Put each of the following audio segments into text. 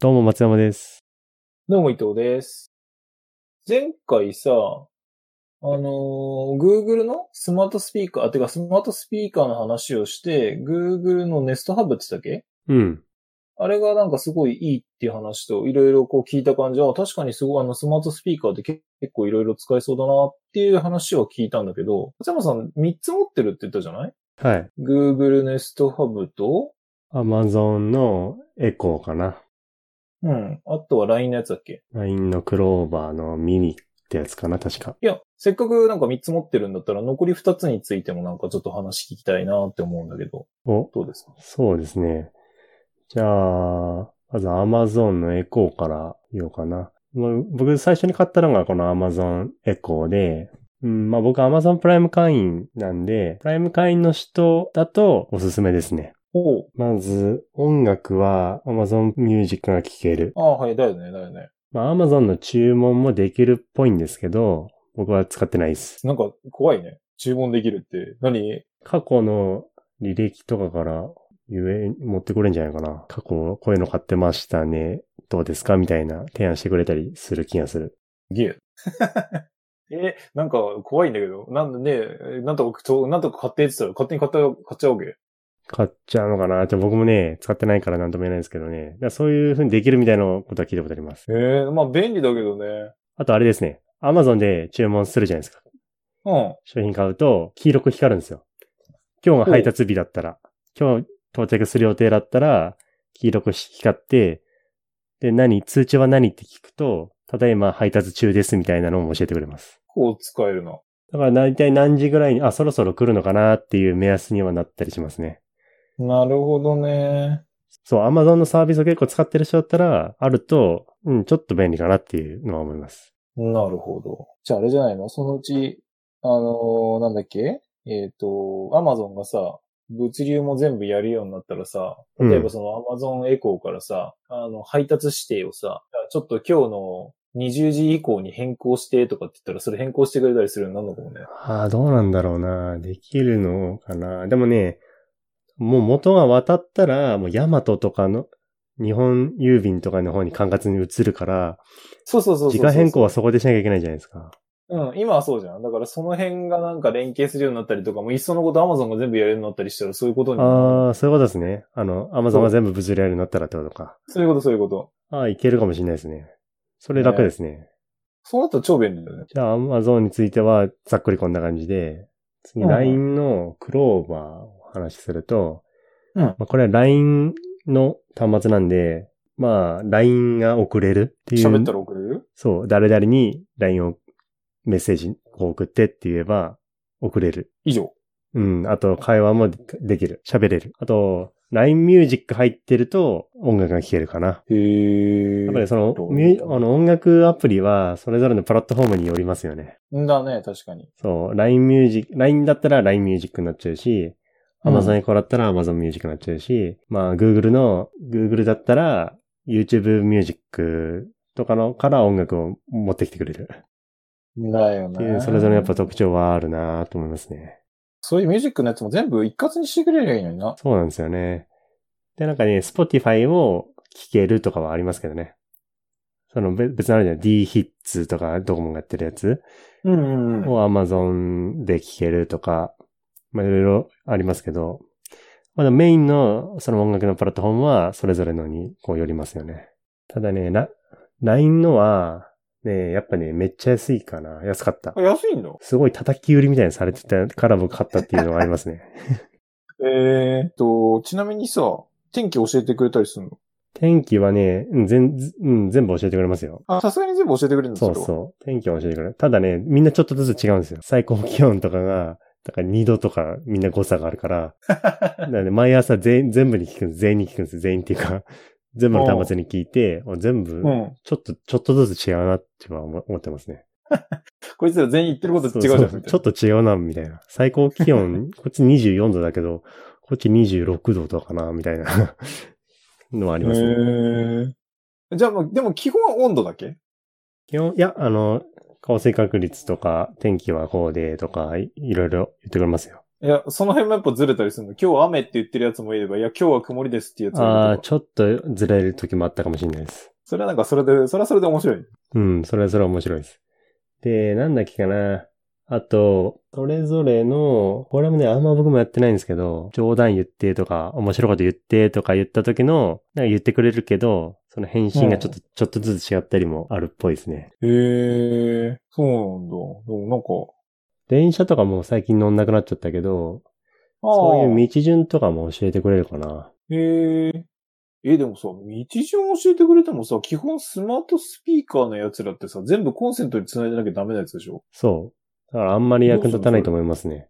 どうも松山です。どうも伊藤です。前回さ、あのー Google のスマートスピーカー、あ、てかスマートスピーカーの話をして、Google の Nest Hub って言ったっけうん。あれがなんかすごいいいっていう話と、いろいろこう聞いた感じは、あ確かにすごいあのスマートスピーカーって結構いろいろ使えそうだなっていう話は聞いたんだけど、松山さん3つ持ってるって言ったじゃないはい。 ?Google Nest Hub と、 Amazon のエコーかな。うん、あとは LINE のやつだっけ LINE のクローバーのミニってやつかな、確か。いや、せっかくなんか3つ持ってるんだったら、残り2つについてもなんかちょっと話聞きたいなって思うんだけど、お、どうですかそうですね。じゃあ、まず Amazon のエコーから言おうかな。まあ僕最初に買ったのがこの Amazon エコーで、うん、まあ僕 Amazon プライム会員なんで、プライム会員の人だとおすすめですね。おう。まず、音楽は Amazon Music が聴ける。ああ、はい、だよね、だよね。まあ、Amazon の注文もできるっぽいんですけど、僕は使ってないです。なんか怖いね。注文できるって。何過去の履歴とかから、ゆえ、持ってこれんじゃないかな。過去、こういうの買ってましたね。どうですかみたいな提案してくれたりする気がする。ゲー。え、なんか怖いんだけど。なんでね、なんとか、そうなんとか買ってって言ったら勝手に買った、買っちゃうわけ。買っちゃうのかなって僕もね、使ってないからなんとも言えないですけどね。だからそういう風にできるみたいなことは聞いたことあります。ええまあ便利だけどね。あとあれですね。Amazon で注文するじゃないですか。うん。商品買うと、黄色く光るんですよ。今日が配達日だったら、今日到着する予定だったら、黄色く光って、で、何、通知は何って聞くと、ただいま配達中ですみたいなのも教えてくれます。こう使えるな。だから大体何時ぐらいに、あ、そろそろ来るのかなっていう目安にはなったりしますね。なるほどね。そう、Amazon のサービスを結構使ってる人だったら、あると、うん、ちょっと便利かなっていうのは思います。なるほど。じゃああれじゃないのそのうち、あのーなんだっけえっ、と、アマゾンがさ、物流も全部やるようになったらさ、うん例えばそのアマゾンエコーからさ、あの、配達指定をさ、ちょっと今日の20時以降に変更してとかって言ったら、それ変更してくれたりするようになるのかもね。ああ、どうなんだろうな。できるのかな。でもね、もう元が渡ったら、もうヤマトとかの、日本郵便とかの方に管轄に移るから、そうそうそうそ時うそう。間変更はそこでしなきゃいけないじゃないですか。うん、今はそうじゃん。だからその辺がなんか連携するようになったりとか、もういっそのことアマゾンが全部やるようになったりしたら、そういうことになる。ああ、そういうことですね。あの、アマゾンが全部物流やるようになったらってことか。そういうこと、そういうこと。ああ、いけるかもしれないですね。それ楽ですね。そうなったら超便利だよね。じゃあ、アマゾンについては、ざっくりこんな感じで、次、うん LINE のクローバーをお話しすると、うんまあ、これは LINE の端末なんで、まあ、LINE が送れるっていう。喋ったら送れるそう、誰々に LINE を、メッセージを送ってって言えば、送れる。以上。うん、あと、会話もできる。喋れる。あと、LINE ミュージック入ってると、音楽が聴けるかな。へえ。やっぱりそのど、うミュあの音楽アプリは、それぞれのプラットフォームによりますよね。んだね、確かに。そう、LINE ミュージック、LINE だったら LINE ミュージックになっちゃうし、Amazon エコーだったら Amazon ミュージックになっちゃうし、まあ Google の、Google だったら YouTube ミュージックとかのから音楽を持ってきてくれる。だよっていね。う、それぞれやっぱ特徴はあるなと思いますね。そういうミュージックのやつも全部一括にしてくれりゃいいのにな。そうなんですよね。で、なんかね、Spotify を聴けるとかはありますけどね。そのべ別のあるじゃん。D ヒッツとかドコモがやってるやつうんうん。を Amazon で聴けるとか、まあいろいろありますけど、まだメインのその音楽のプラットフォームはそれぞれのにこうよりますよね。ただね、ラ LINE のは、ね、やっぱね、めっちゃ安いかな。安かったあ。安いんだ。すごい叩き売りみたいにされてたから僕買ったっていうのがあります ね。えーっと、ちなみにさ、天気教えてくれたりするの天気はね、うん全うん、全部教えてくれますよ。あ、さすがに全部教えてくれるんですそうそう。天気は教えてくれる。ただね、みんなちょっとずつ違うんですよ。最高気温とかが、だから2度とかみんな誤差がある から、だからね、毎朝全全部に聞くんです。全員に聞くんです。全員っていうか、全部の端末に聞いて、全部、うん。ちょっと、ちょっとずつ違うなっては思思ってますね。こいつら全員言ってること違うじゃそうん。そうみたいなちょっと違うな、みたいな。最高気 温、こっち24度だけど、こっち26度とかな、みたいなのはありますね。へーじゃあもう、でも基本は温度だけ基本、いや、あの、降水確率とか、天気はこうでとかい、いろいろ言ってくれますよ。いや、その辺もやっぱずれたりするの。今日雨って言ってるやつもいれば、いや、今日は曇りですっていうやつもいるとかああ、ちょっとずれる時もあったかもしれないです。それはなんかそれで、それはそれで面白い。うん、それはそれは面白いです。で、なんだっけかな。あと、それぞれの、これもね、あんま僕もやってないんですけど、冗談言ってとか、面白いこと言ってとか言った時の、なんか言ってくれるけど、その返信がちょっと、ちょっとずつ違ったりもあるっぽいですね。へえ、そうなんだ。でもなんか、電車とかも最近乗んなくなっちゃったけど、そういう道順とかも教えてくれるかな。へえ。え、でもさ、道順教えてくれてもさ、基本スマートスピーカーのやつらってさ、全部コンセントに繋いでなきゃダメなやつでしょそう。だからあんまり役立たないと思いますね。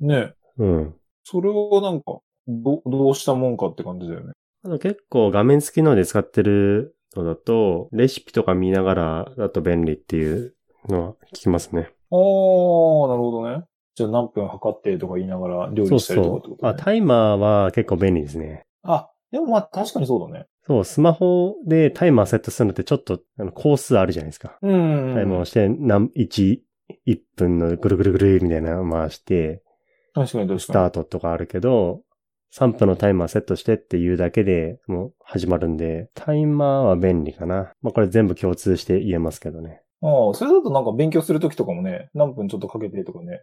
ねえ。うん。それはなんか、ど、どうしたもんかって感じだよね。あと結構画面付きので使ってるのだと、レシピとか見ながらだと便利っていうのは聞きますね。あー、なるほどね。じゃあ何分測ってとか言いながら料そう理したりとかってそこう。とあ、ね、タイマーは結構便利ですね。あ、でもまあ確かにそうだね。そう、スマホでタイマーセットするのってちょっと、あの、工数あるじゃないですか。うんタイマーをして、何、1、1分のぐるぐるぐるみたいなの回して、確かに確スかタートとかあるけど、3分のタイマーセットしてっていうだけでもう始まるんで、タイマーは便利かな。まあこれ全部共通して言えますけどね。に。ああ、それだとなんか勉強するときとかもね、何分ちょっとかけてとかね、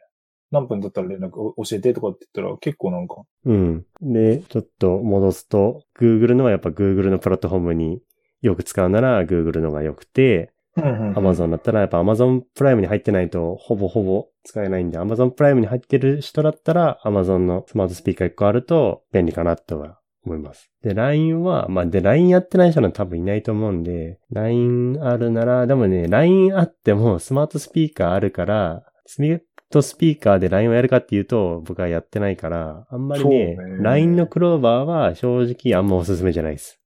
何分だったら連絡教えてとかって言ったら結構なんか、うん。で、ちょっと戻すと、Google のはやっぱ Google のプラットフォームによく使うなら Google のが良くて、うんうん Amazon だったらやっぱ Amazon プライムに入ってないとほぼほぼ使えないんで、Amazon プライムに入ってる人だったら Amazon のスマートスピーカー1個あると便利かなとは思います。で、LINE は、まあ、で、LINE やってない人は多分いないと思うんで、LINE あるなら、でもね、LINE あってもスマートスピーカーあるから、スマートスピーカーで LINE をやるかっていうと、僕はやってないから、あんまりね、そうね LINE のクローバーは正直あんまおすすめじゃないです。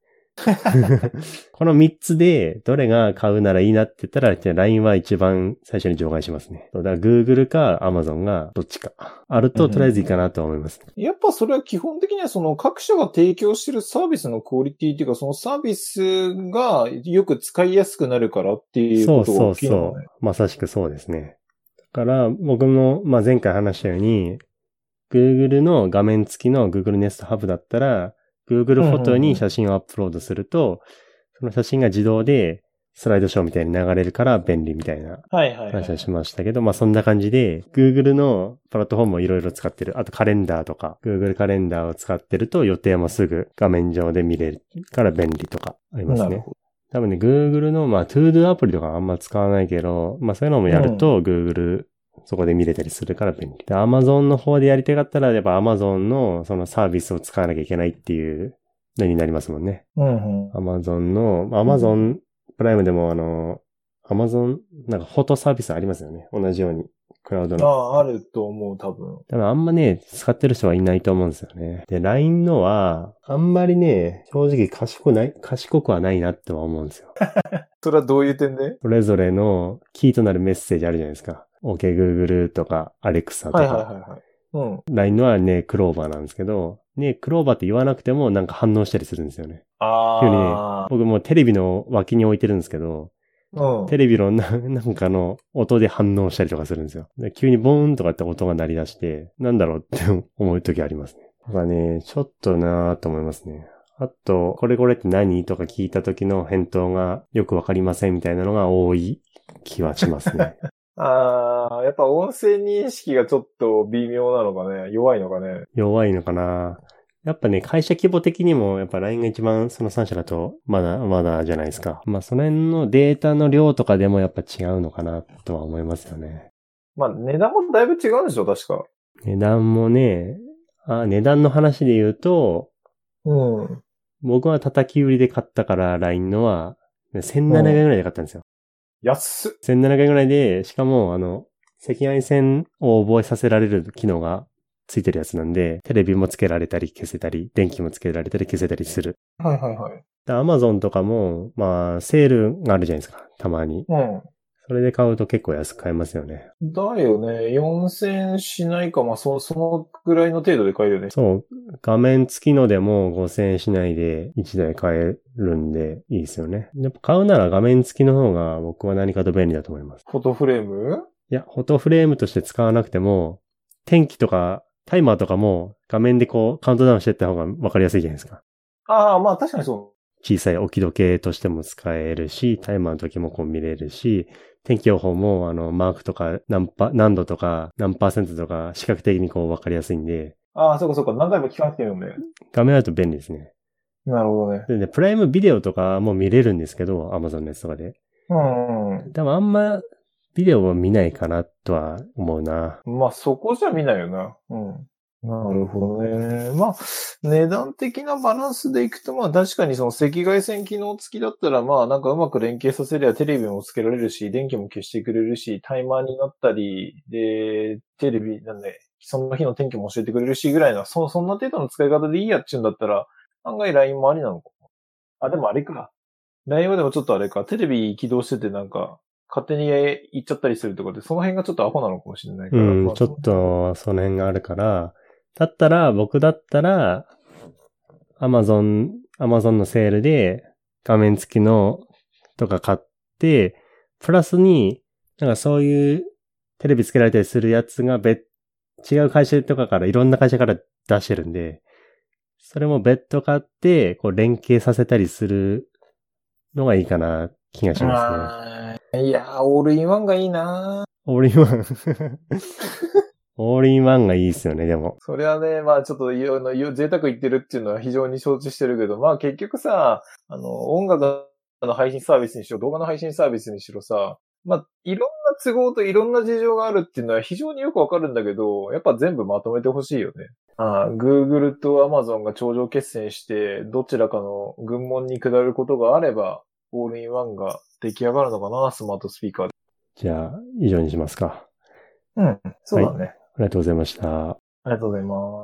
この3つで、どれが買うならいいなって言ったら、じゃあ LINE は一番最初に除外しますね。そうだから Google か Amazon がどっちか。あるととりあえずいいかなとは思います。やっぱそれは基本的にはその各社が提供してるサービスのクオリティっていうか、そのサービスがよく使いやすくなるからっていうそこうとがそ大うきいのそかね。う。まさしくそうですね。だから、僕も、まあ、前回話したように、Google の画面付きの Google Nest Hub だったら、Google フォトに写真をアップロードすると、その写真が自動でスライドショーみたいに流れるから便利みたいなはいはい、はい。話をしましたけど、まあそんな感じで、Google のプラットフォームをいろいろ使ってる。あとカレンダーとか、Google カレンダーを使ってると予定もすぐ画面上で見れるから便利とかありますなるね。ほ多分ね、Google の、まあ ToDo アプリとかあんま使わないけど、まあそういうのもやると Google、そこで見れたりするから便利。で、Amazon の方でやりたかったら、やっぱ Amazon のそのサービスを使わなきゃいけないっていうのになりますもんね。ど。うんうん。アマゾンの、アマゾンプライムでもあの、アマゾン、なんかフォトサービスありますよね。同じように。クラウドあの。あ、あると思う、多分。多分あんまね、使ってる人はいないと思うんですよね。で、LINE のは、あんまりね、正直賢くない、賢くはないなっては思うんです よ。それはどういう点でそれぞれのキーとなるメッセージあるじゃないですか。OK Google とか Alexa とはいはいか。はいはい。うん。 LINE のはね、クローバーなんですけど、ね、クローバーって言わなくてもなんか反応したりするんですよね。ああ。僕もうテレビの脇に置いてるんですけど、うん。テレビのな なんかの音で反応したりとかするんですよ。で急にボーンとかって音が鳴り出して、なんだろうって思う時ありますね。だからね、ちょっとなぁと思いますね。あと、これこれって何とか聞いた時の返答がよくわかりませんみたいなのが多い気はしますね。ああ、やっぱ音声認識がちょっと微妙なのかね。弱いのかね。弱いのかなやっぱね、会社規模的にも、やっぱ LINE が一番その3社だと、まだ、まだじゃないですか。まあ、その辺のデータの量とかでもやっぱ違うのかなとは思いますよね。まあ、値段もだいぶ違うんでしょ、確か。値段もね、あ値段の話で言うと、うん。僕は叩き売りで買ったから LINE のは、ね1700円ぐらいで買ったんですよ。安っ。 1700円ぐらいで、しかも、あの、赤外線を覚えさせられる機能がついてるやつなんで、テレビもつけられたり消せたり、電気もつけられたり消せたりする。はいはいはい。で、Amazon とかも、まあ、セールがあるじゃないですか、たまに。うん。それで買うと結構安く買えますよね。だよね。4000円しないか、まあ、そ、そのぐらいの程度で買えるよね。そう、画面付きのでも5000円しないで1台買えるんでいいですよね。やっぱ買うなら画面付きの方が僕は何かと便利だと思います。フォトフレームいや、フォトフレームとして使わなくても、天気とかタイマーとかも画面でこうカウントダウンしていった方がわかりやすいじゃないですか。ああ、まあ確かにそ小さい置き時計としても使えるし、タイマーの時もこう見れるし、天気予報もあのマークとか何パ、何度とか何パーセントとか視覚的にこうわかりやすいんで、う。ああ、そうかそうか。何回も聞かなくてもいいもんね。画面あると便利ですね。なるほど ね。でね、プライムビデオとかも見れるんですけど、Amazon のやつとかで。うんうんでもあんまビデオは見ないかなとは思うな。うん。まあそこじゃ見ないよな。うん。なるほどね。まあ、値段的なバランスでいくと、まあ確かにその赤外線機能付きだったら、まあなんかうまく連携させればテレビもつけられるし、電気も消してくれるし、タイマーになったり、で、テレビなんで、その日の天気も教えてくれるしぐらいな、そ、そんな程度の使い方でいいやっちゅうんだったら、案外 LINE もありなのか。あ、でもあれか。LINE はでもちょっとあれか。テレビ起動しててなんか、勝手に行っちゃったりするとかで、その辺がちょっとアホなのかもしれないかうら。んま、あちょっとその辺があるから、だったら、僕だったら、Amazon、Amazon のセールで画面付きのとか買って、プラスに、なんかそういうテレビつけられたりするやつが別、違う会社とかから、いろんな会社から出してるんで、それも別途買って、こう連携させたりするのがいいかな気がしますね。あーいやー、オールインワンがいいなーオールインワン。 オールインワンがいいですよね、でも。それはね、まあちょっといろいろ、いろ贅沢言ってるっていうのは非常に承知してるけど、まあ結局さ、あの、音楽の配信サービスにしろ、動画の配信サービスにしろさ、まあいろんな都合といろんな事情があるっていうのは非常によくわかるんだけど、やっぱ全部まとめてほしいよね。ああ、Google と Amazon が頂上決戦して、どちらかの軍門に下ることがあれば、オールインワンが出来上がるのかな、スマートスピーカーで。じゃあ、以上にしますか。うん、そうだね。ありがとうございました。ありがとうございます。